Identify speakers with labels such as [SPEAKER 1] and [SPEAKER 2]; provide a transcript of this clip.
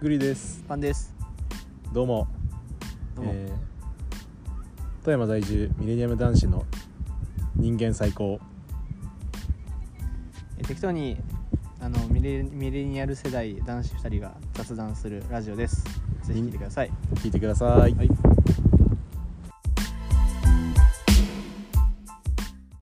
[SPEAKER 1] グリです
[SPEAKER 2] パンです
[SPEAKER 1] どうも
[SPEAKER 2] どうも
[SPEAKER 1] えー富山在住ミレニアム男子の人間最高
[SPEAKER 2] え適当にあのミレミレニアル世代男子2人が雑談するラジオですぜひ聞いてください
[SPEAKER 1] 聞いてください、
[SPEAKER 2] はい